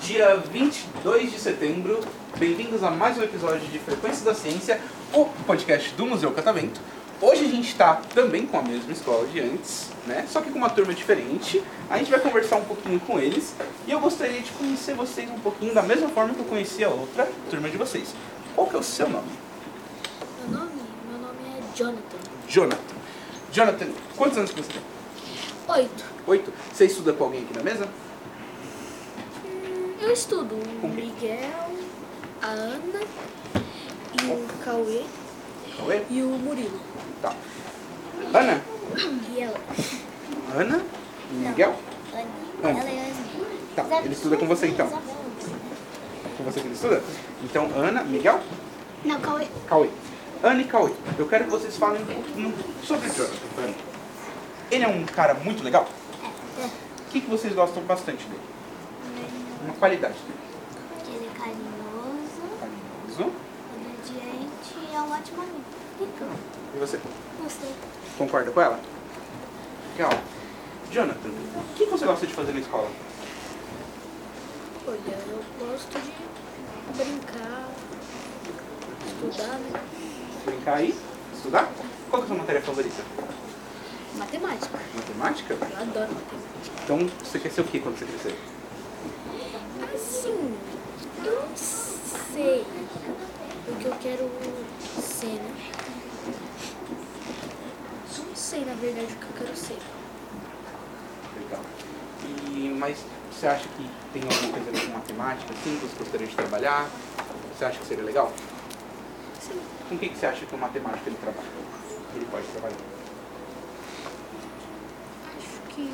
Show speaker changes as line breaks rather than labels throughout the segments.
Dia 22 de setembro, bem-vindos a mais um episódio de Frequência da Ciência, o podcast do Museu Catavento. Hoje a gente está também com a mesma escola de antes, né? Só que com uma turma diferente. A gente vai conversar um pouquinho com eles e eu gostaria de conhecer vocês um pouquinho da mesma forma que eu conheci a outra turma de vocês. Qual que é o seu nome?
Meu nome? Meu nome é Jonathan.
Jonathan. Jonathan, quantos anos que você tem?
Oito.
Oito? Você estuda com alguém aqui na mesa?
Eu estudo o
Com quem?
Miguel, a Ana e o Cauê
Cauê?
e o Murilo.
Tá. Ana?
E ela?
Ana? Miguel?
Ana.
Ana.
é
Tá, ele estuda com você então. Com você que ele estuda? Então, Ana, Miguel,
Não, Cauê.
Cauê. Ana e Cauê, eu quero que vocês falem um pouquinho sobre o Jonathan. pra mim. Ele é um cara muito legal?
É,
O que, que vocês gostam bastante dele? Uma qualidade dele.
Ele é carinhoso,
Carinhoso.
obediente e é um ótimo amigo. Então,
E você?
Gostei.
Concorda com ela? Legal. Jonathan, o que você gosta de fazer na escola?
Olha, eu gosto de brincar, estudar, né?
Brincar aí? Estudar? Qual que é a sua matéria favorita?
Matemática.
Matemática?
Eu adoro matemática.
Então, você quer ser o que quando você crescer?
Assim, eu não sei o que eu quero ser, né? Eu Não sei, na verdade, o que eu quero ser.
Legal. E, mas você acha que tem alguma coisa a ver com matemática, assim, que você gostaria de trabalhar? Você acha que seria legal?
Sim.
Com o que, que você acha que o matemático ele trabalha? Ele pode trabalhar.
Acho que.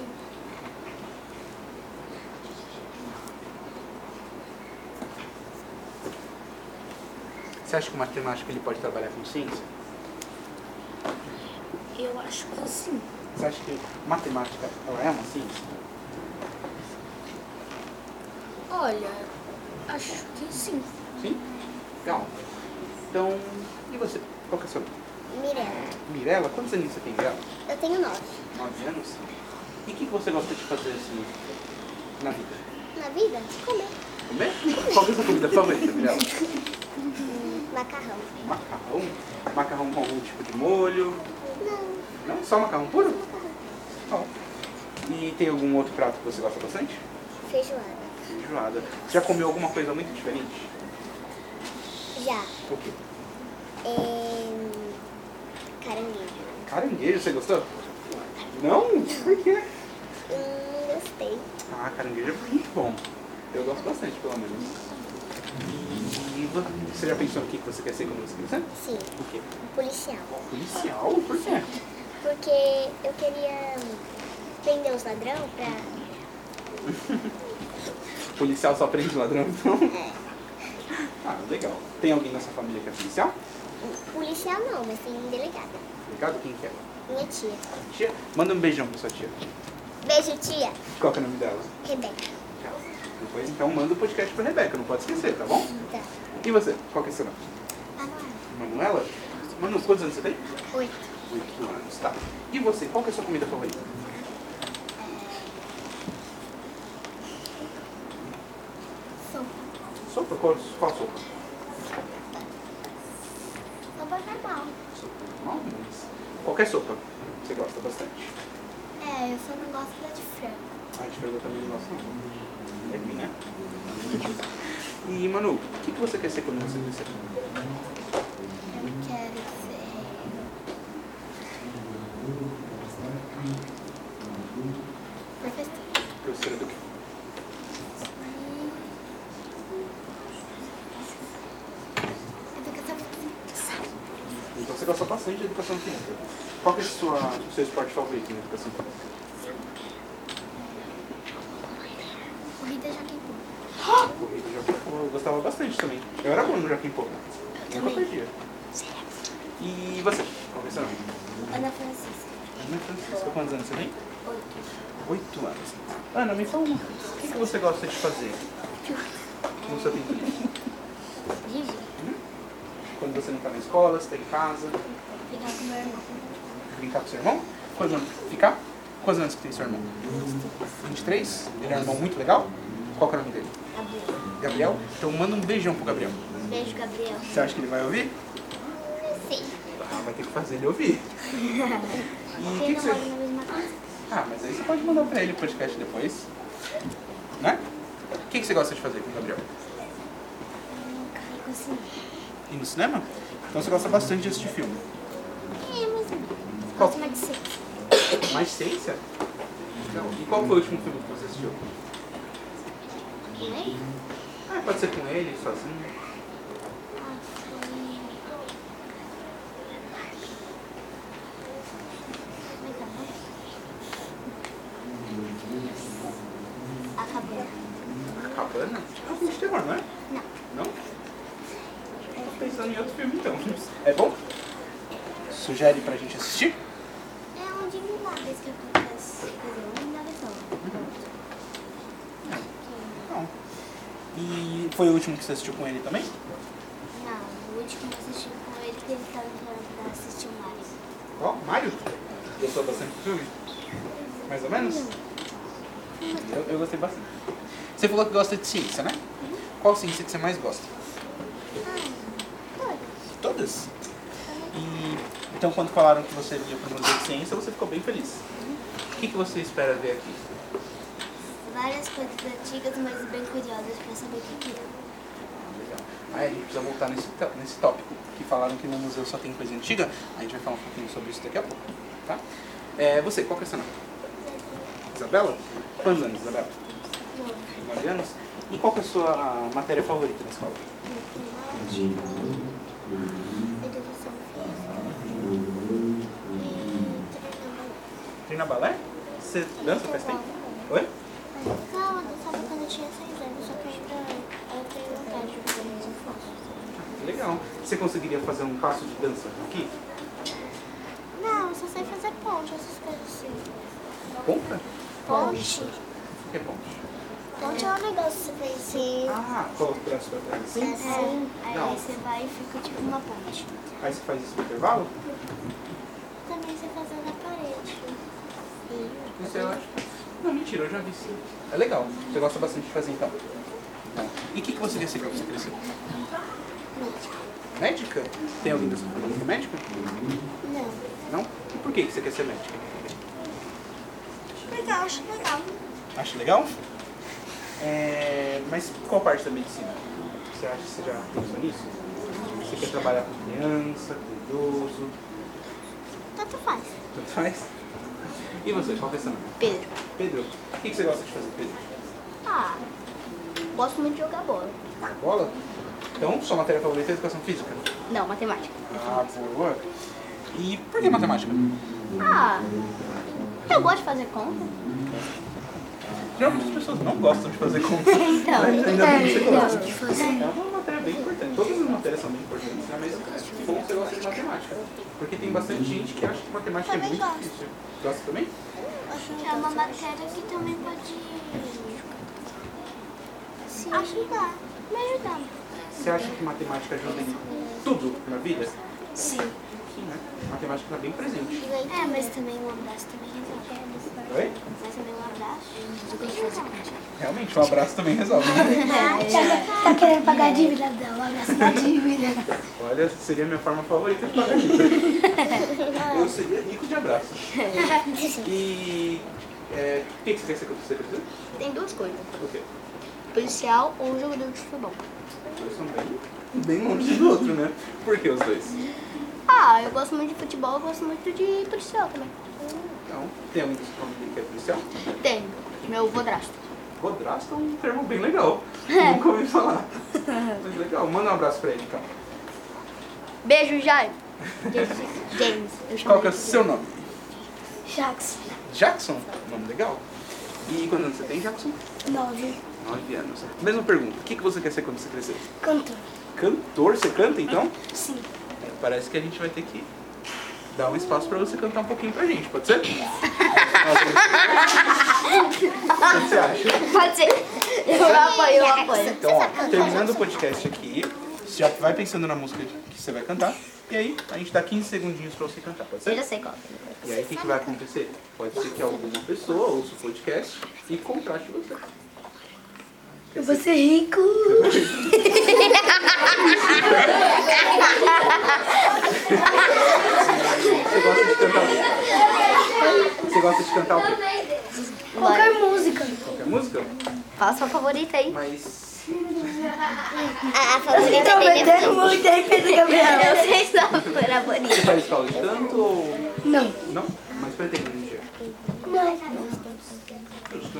Você acha que o matemático ele pode trabalhar com ciência?
Eu acho que sim.
Você acha que matemática ela é uma ciência?
Olha, acho que sim.
Sim? Legal. Então, e você? Qual que é o seu nome?
Mirella,
Mirella? Quantos anos você tem, Mirella?
eu tenho nove.
Nove anos? E o que, que você gosta de fazer, assim, na vida?
Na vida, comer
Comer? Qual que é a sua comida favorita, Mirella?
macarrão.
Macarrão? Macarrão com algum tipo de molho?
Não,
Não? Só macarrão puro? Bom. E tem algum outro prato que você gosta bastante?
feijoada.
Feijoada. Já comeu alguma coisa muito diferente?
Já,
O quê?
é... caranguejo.
Caranguejo, você gostou? Não? Por quê?
Hum, gostei.
Ah, caranguejo é muito bom. Eu gosto bastante, pelo menos. E vo- você já pensou no que que você quer ser quando você crescer?
Sim,
O quê?
policial.
Policial? Por quê?
Porque eu queria prender os ladrão pra...
Policial só prende ladrão, então? Ah, legal. Tem alguém na sua família que é policial?
Policial não, mas tem um delegado.
Obrigado, quem que é?
Minha tia.
Tia? Manda um beijão pra sua tia.
Beijo, tia.
Qual que é o nome dela?
Rebeca.
Depois então manda o podcast pra Rebeca, não pode esquecer, tá bom?
Tá.
E você? Qual que é seu nome? um
Manuela.
Manuela? Manu, quantos anos você tem?
Oito.
Oito anos, tá. E você, qual que é a sua comida favorita?
São.
Sopa? Qual, qual sopa?
São normal.
Sopa normal, mas... Qualquer sopa. Você gosta bastante.
É, eu só não gosto da de frango.
A gente pegou também o nosso É mim, né? E Manu, o que, que você quer ser quando você crescer?
Eu quero ser... Professor.
Professora do quê?
Educação
Então você gosta bastante de educação física. Qual que é a sua- o seu esporte favorito na educação física?
Corrida já queimou.
Corrida de Joaquim Pô, eu gostava bastante também. Eu era bom no Joaquim Pô. Nunca
também.
perdia. E você? Qual que é o seu nome?
Ana Francisca.
Ana Francisca, quantos anos você tem?
Oito.
Oito anos. Ana, me fala uma coisa. O que, que você gosta de fazer no seu tempo livre?
Vivi.
Quando você não tá na escola, você tá em casa,
Ficar com meu irmão.
brincar com seu irmão? Quantos anos ficar? Quantos anos que tem seu irmão? 23? Ele é um irmão muito legal? Qual que é o nome dele?
Tá
Gabriel.
Gabriel? Então manda um beijão pro Gabriel.
Beijo, Gabriel.
Você acha que ele vai ouvir?
Sim.
Ah, vai ter que fazer ele ouvir. E o que que
Você não mora
você...
na mesma casa?
Ah, mas aí você pode mandar pra ele o podcast depois. Né? O que, que você gosta de fazer com o Gabriel?
Não carrego assim.
Ir no cinema? Então você gosta bastante de assistir filme.
É, mas não.
Qual?
Gosto mais de ser.
Mais ciência? Não. E qual foi o último filme que você assistiu?
Ele?
Ah, pode ser com ele, sozinho.
Ah, foi. Acabou.
A cabana? É um filme de terror, não é? Não. Não? Eu tô pensando em outro filme então. É bom? Sugere pra gente assistir?
É um de milagres que acontece. Quer dizer, um milagre só. Que-
Não. E foi o último que você assistiu com ele também?
Não, o último que eu assisti com ele, que ele tava entrando pra assistir o Mario.
Ó, Mario? Gostou bastante do filme? Mais ou menos? Eu, eu gostei bastante. Você falou que gosta de ciência, né? Qual ciência que você mais gosta?
Ah,
Todas. E então quando falaram que você vinha para o Museu de Ciência, você ficou bem feliz. O que, que você espera ver aqui?
Várias coisas antigas, mas bem curiosas pra saber o que que é.
Legal. Aí a gente precisa voltar nesse, tó- nesse tópico, que falaram que no museu só tem coisa antiga. A gente vai falar um pouquinho sobre isso daqui a pouco, tá? É, você, qual que é seu nome? Isabela? Quantos anos, Isabela?
Novo.
9 anos? E qual que é a sua matéria favorita na escola?
Educação física.
Treina balé? Você dança faz tempo? Oi?
Calma, eu tava quando eu tinha 6 anos, só que ainda eu tenho vontade de fazer mais um pouco.
Legal. Você conseguiria fazer um passo de dança aqui?
Não, eu só sei fazer ponte, essas coisas assim.
Ponta?
Ponte?
O que é ponte?
Ponte é um negócio que você fez assim.
Ah, coloca o braço pra trás assim.
assim,
Não.
Aí você vai e fica tipo uma ponte.
Aí você faz isso no intervalo?
Também você fazendo na parede.
Isso eu acho. Não, mentira, eu já vi isso. É legal. Você gosta bastante de fazer então. E o que, que você quer ser quando você crescer? Médica? Tem alguém da sua família que é médica?
Não.
Não? E por que, que você quer ser médica?
Legal, acho legal.
Acho legal? É, mas qual parte da medicina? Você acha que você já pensou nisso? Você quer trabalhar com criança, com idoso?
Tanto faz.
Tanto faz? E você, qual que é seu nome?
Pedro.
Pedro, o que, que você gosta de fazer, Pedro?
Ah, gosto muito de jogar bola.
Jogar Bola? Então, sua matéria favorita é educação física?
Não, matemática.
Ah, boa. E por que matemática?
Ah, eu gosto de fazer conta.
Geralmente as pessoas não gostam de fazer conta.
Então,
Mas ainda bem que você gosta.
de fazer.
É uma matéria bem importante. Todas as matérias são bem importantes, né? mas que bom que você gosta de matemática. Porque tem bastante gente que acha que matemática é
Também
muito
gosto.
difícil. Gosta também?
É uma matéria que também pode ajudar, me ajudar.
Você acha que matemática ajuda em tudo na vida?
Sim.
Sim, né? Matemática está bem presente.
É, mas também um abraço também resolve.
Oi?
Mas também um abraço.
Realmente, um abraço também resolve. né?
Tá, tá querendo pagar a dívida dela, né? abraço da dívida.
Olha, seria a minha forma favorita de pagar dívida. Eu seria rico de abraços. E é, o que que você quer ser quando você crescer?
Tem duas coisas,
O quê?
policial ou jogador de futebol.
Os dois são bem, bem longe do outro, né? Por que os dois?
Ah, eu gosto muito de futebol, eu gosto muito de policial também.
Então, tem alguém que se que é policial?
Tem, meu vodrasto.
Rodrasto é um termo bem legal. Nunca ouvi falar. Mas legal, manda um abraço pra ele, então.
Beijo, Jaime. James, eu chamo
Qual que é o
ele de
seu nome?
Jax,
Jackson? Nome legal. E quantos anos você tem, Jackson?
9.
Nove anos. Mesma pergunta, o que que você quer ser quando você crescer?
Cantor.
Cantor? Você canta, então?
Sim.
É, Parece que a gente vai ter que dar um espaço pra você cantar um pouquinho pra gente, pode ser? O que você acha?
James. Pode ser. Eu apoio, eu apoio.
Então, ó, terminando o podcast aqui, Você já vai pensando na música que você vai cantar. E aí, a gente dá 15 segundinhos pra você cantar, pode
Eu já
ser?
sei qual. é que
E aí, o que, que vai acontecer? Pode ser que alguma pessoa ouça o podcast e contrate você.
Eu vou ser rico.
Você gosta de cantar o quê? Você gosta de cantar o quê?
Qualquer música.
Qualquer música?
Fala sua favorita aí.
Mas.
A, a favorita dele é
Prometendo muito aí, Pedro Gabriel. Eu sei sua favorita.
Você faz escola de canto ou.
Não.
Não? Mas pretende um dia.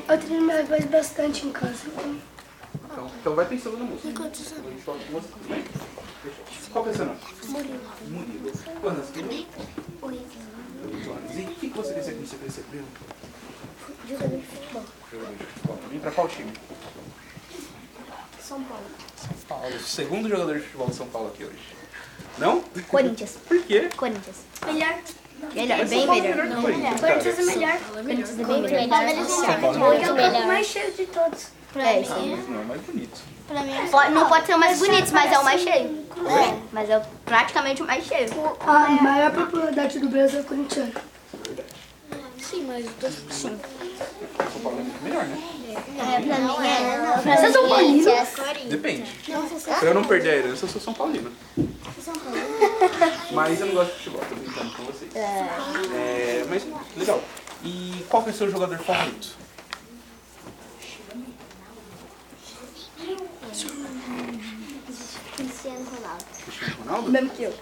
Eu treino minha voz bastante em casa. então.
Então, então vai pensando na música.
Enquanto isso,
Eu falo com você, tudo bem? Deixa eu- Qual que é o seu nome?
Murilo.
Murilo. Quantos anos? tem?
Oi.
Oito anos. E o que que você quer ser quando você crescer? Murilo?
Jogador de futebol.
Jogador de futebol. Vem pra qual time?
São Paulo.
São Paulo. Segundo jogador de futebol de São Paulo aqui hoje. Não?
Corinthians.
Por quê?
Corinthians.
Melhor.
Melhor,
Mas
bem
São Paulo é
melhor.
que o Corinthians, cara.
Corinthians é melhor.
Corinthians é bem melhor.
São
Pra
Paulo é melhor.
É o campo mais cheio de todos.
É isso.
Ah, mas não é mais bonito.
mim,
Pode- não pode ser o mais bonito, mas é o mais cheio.
é.
Mas é praticamente o mais cheio.
A maior popularidade do Brasil é corintiano.
Sim, mas os dois por cima.
São Paulo é muito melhor, né?
Não é, não.
Vocês são paulinos?
Depende.
Não, você sabe.
Pra eu não perder a herança, eu sou São Paulino.
São Paulo.
Mas eu não gosto de futebol, tô brincando com vocês.
É.
É, mas legal. E qual que é o seu jogador favorito?
Cristiano Ronaldo.
Cristiano Ronaldo?
Mesmo que eu.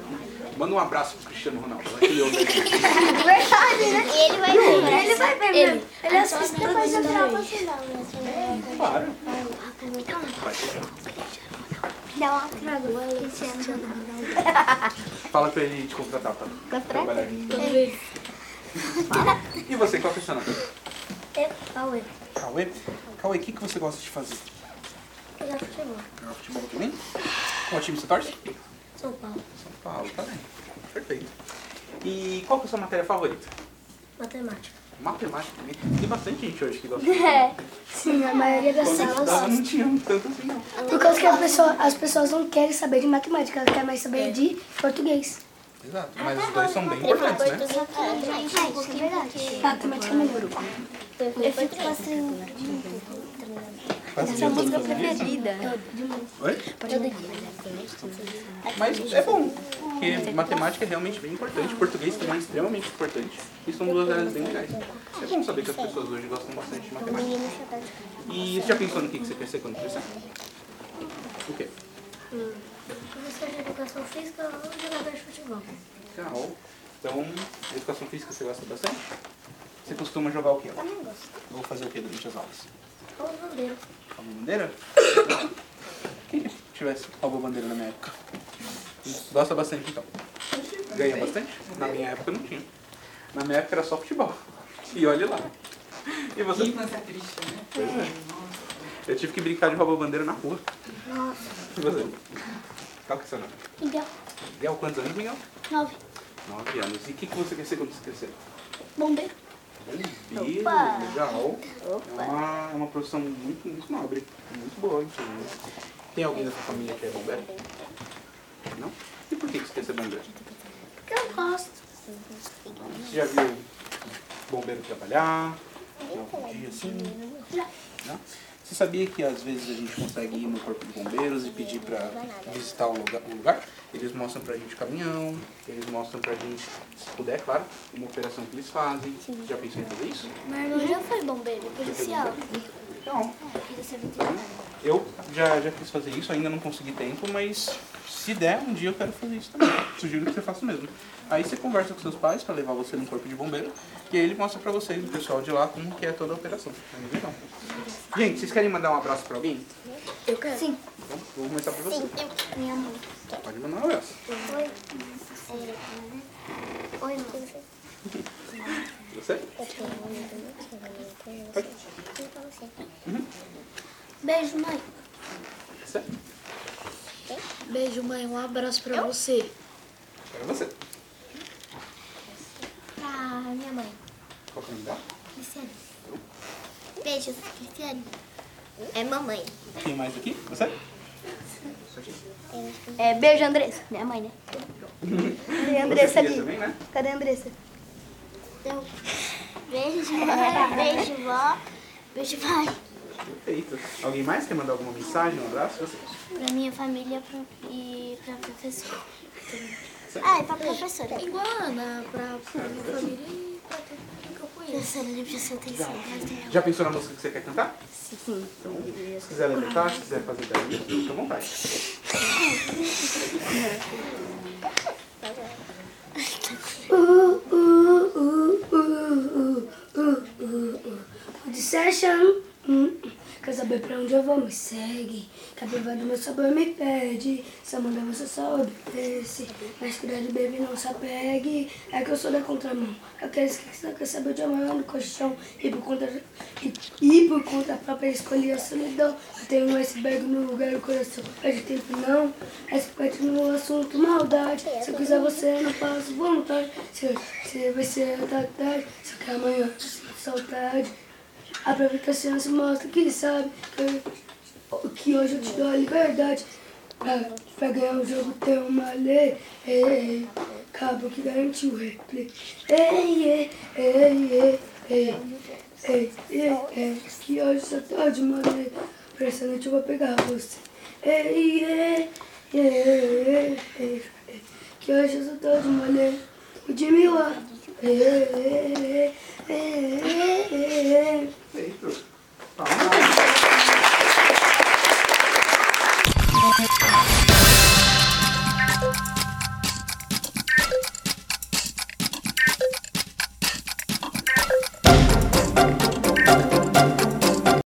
Manda um abraço pro Cristiano Ronaldo. vai que ele é ouve.
E ele vai ver.
Ele vai ver mesmo. Ele assiste depois da
Não,
prova.
você não, mas eu não vou.
Claro. Vai.
Dá uma tradução. Cristiano Ronaldo.
Fala pra ele te contratar pra trabalhar aqui. E você, qual que é o seu nome?
Eu, Cauê.
Cauê. Cauê, o que, que você gosta de fazer?
Jogar futebol.
Jogar futebol também? Qual time você torce?
São Paulo.
São Paulo, tá bem. Perfeito. E qual que é a sua matéria favorita?
Matemática.
Matemática também. Tem bastante gente hoje que gosta de
É,
matemática.
Sim, a maioria das
Quando eu estudava
salas.
não tinha tanto assim não.
Por causa que a pessoa- as pessoas não querem saber de matemática, elas querem mais saber de português.
Exato.
Ah,
Mas
tá,
os dois são bem
Ele fala
importantes, né?
português é um pouquinho porque...
Matemática é melhor.
Eu fico assim...
Faz
Sua é música preferida.
Oi? Mas é bom, porque matemática é realmente bem importante, português também é extremamente importante. E são duas áreas bem legais. É bom saber que as pessoas hoje gostam bastante de matemática.
Menino chapéu de couro.
E você já pensou no que que você quer ser quando crescer? O quê?
Professor de educação física ou jogador de futebol?
Legal. Então, educação física você gosta bastante? Você costuma jogar o quê?
Eu não gosto.
Ou fazer o quê durante as aulas?
Ou bandeira.
Rouba bandeira? Quem que tivesse rouba bandeira na minha época? Gosta bastante então. Ganha bastante? Na minha época não tinha. Na minha época era só futebol. E olhe lá. E você? Que infância é triste, né? Eu tive que brincar de rouba bandeira na rua. E você? Qual que é o seu nome?
Miguel.
Miguel, quantos anos, Miguel?
Nove.
Nove anos. E o que, que você quer ser quando você crescer?
Bombeiro.
Bombeiro,
Opa!
legal. É
Opa.
uma, é uma profissão muito, muito nobre. Muito boa, inclusive. Tem alguém da sua família que é bombeiro? Não? E por que que você quer ser bombeiro?
Porque eu gosto.
Você já viu bombeiro trabalhar? Já
Então,
algum dia assim? Não? Você sabia que às vezes a gente consegue ir no corpo de bombeiros e pedir pra visitar o lugar, o lugar? Eles mostram pra gente o caminhão, eles mostram pra gente, se puder, claro, uma operação que eles fazem. Já pensou em fazer isso?
Meu irmão já foi bombeiro, é policial.
Então,
Eu queria ser veterinário.
Eu já, já quis fazer isso, ainda não consegui tempo, mas se der, um dia eu quero fazer isso também. Sugiro que você faça o mesmo. Aí você conversa com seus pais pra levar você no corpo de bombeiro e aí ele mostra pra vocês, o pessoal de lá, como que é toda a operação. É bem legal. Gente, vocês querem mandar um abraço pra alguém?
Eu quero. Sim.
Então, vou começar por você.
Eu... Minha mãe.
Pode mandar um abraço.
Oi. É... Oi, mãe.
Você?
Beijo, mãe.
Você?
Beijo, mãe. Um abraço pra você.
Agora você.
Pra minha mãe,
Qual que é o nome dela?
Cristiane. Beijos, Cristiane. É mamãe.
Quem mais aqui? Você? Você? Tati?
É, beijo, Andressa. Minha mãe, né? Cadê a
Você
Andressa
queria
ali?
também, né?
Cadê a Andressa?
Então, beijo, mãe. Beijo, vó. Beijo, pai.
Perfeito. Alguém mais quer mandar alguma mensagem, um abraço? Vocês?
Pra minha família pro- e pra professora. Ah, e pra professora. Ah,
Iguana, pra minha família e pra todo mundo que eu conheço.
Professora, ele precisa atenção. Até
Já pensou na música que você quer cantar?
Sim.
Então, se quiser levantar, se quiser fazer carinho, fica à vontade.
The session. Hum, Quer saber pra onde eu vou? Me segue. Capivara do meu sabor me pede. Samanda você só obedece. Mas cuidado, baby, não se apegue. É que eu sou da contramão. Aqueles que só quer saber de amanhã no colchão. E por conta, e, e por conta própria escolhi a solidão. Eu tenho um iceberg no lugar do coração. Perde tempo não. Respeito no assunto, maldade. Se eu quiser você, não faço vontade. Se, se é vai ser da tarde. Se eu quero amanhã, eu sinto saudade. Aproveita a chance, mostra que sabe que, que hoje eu te dou a liberdade. Pra, pra ganhar o jogo tem uma lei. Ei, ei, cabo que garante o replay. Ei, ei, ei, ei, ei, ei, ei, ei, É, que hoje só tô de maneira. Impressionante, eu vou pegar você. É, Ei, ei, ei, ei, ei, ei, é, que hoje eu só tô de maneira. O Jimmy lá. É, Ei, é, ei, ei, ei, ei, ei, ei.
Perfeito. Palmas.